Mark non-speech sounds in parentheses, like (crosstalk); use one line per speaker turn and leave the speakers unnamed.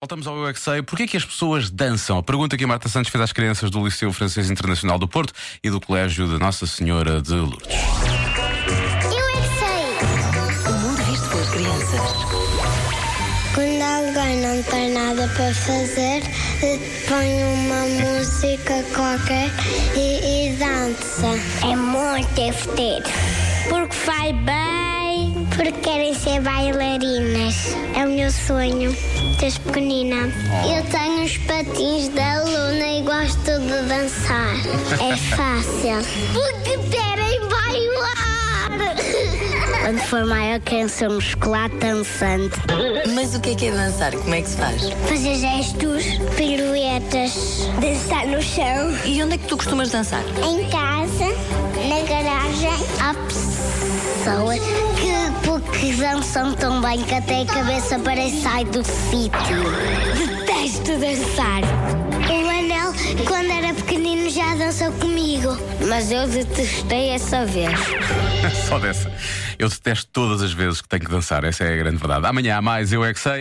Voltamos ao Eu é que Sei. Porquê é que as pessoas dançam? A pergunta que a Marta Santos fez às crianças do Liceu Francês Internacional do Porto e do Colégio da Nossa Senhora de Lourdes. (laughs)
Eu é que sei.
O mundo visto pelas crianças.
Quando alguém não tem nada para fazer, eh, põe uma música qualquer e, e dança. É muito efeito. Porque faz bem. Porque querem ser bailarinas. É o meu sonho, desde pequenina. Eu tenho os patins da luna e gosto de dançar. (laughs) É fácil. Porque querem bailar. Quando for maior, quero ser muscular dançante.
Mas o que é que é dançar? Como é que se faz?
fazer gestos, piruetas, dançar no chão,
E onde é que tu costumas dançar?
em casa, na garagem. Há pessoas que porque dançam tão bem que até a cabeça parece sai do sítio. Detesto dançar. O Anel, quando era pequenino, já dançou comigo. Mas eu detestei essa vez.
Só dessa. Eu detesto todas as vezes que tenho que dançar. Essa é a grande verdade. Amanhã há mais Eu é que Sei.